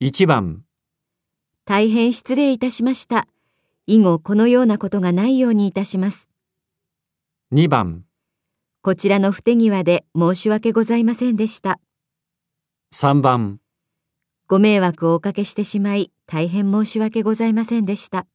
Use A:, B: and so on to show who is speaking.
A: 1番、
B: 大変失礼いたしました。以後このようなことがないようにいたします。
A: 2番、
B: こちらの不手際で申し訳ございませんでした。
A: 3番。
B: ご迷惑をおかけしてしまい、大変申し訳ございませんでした。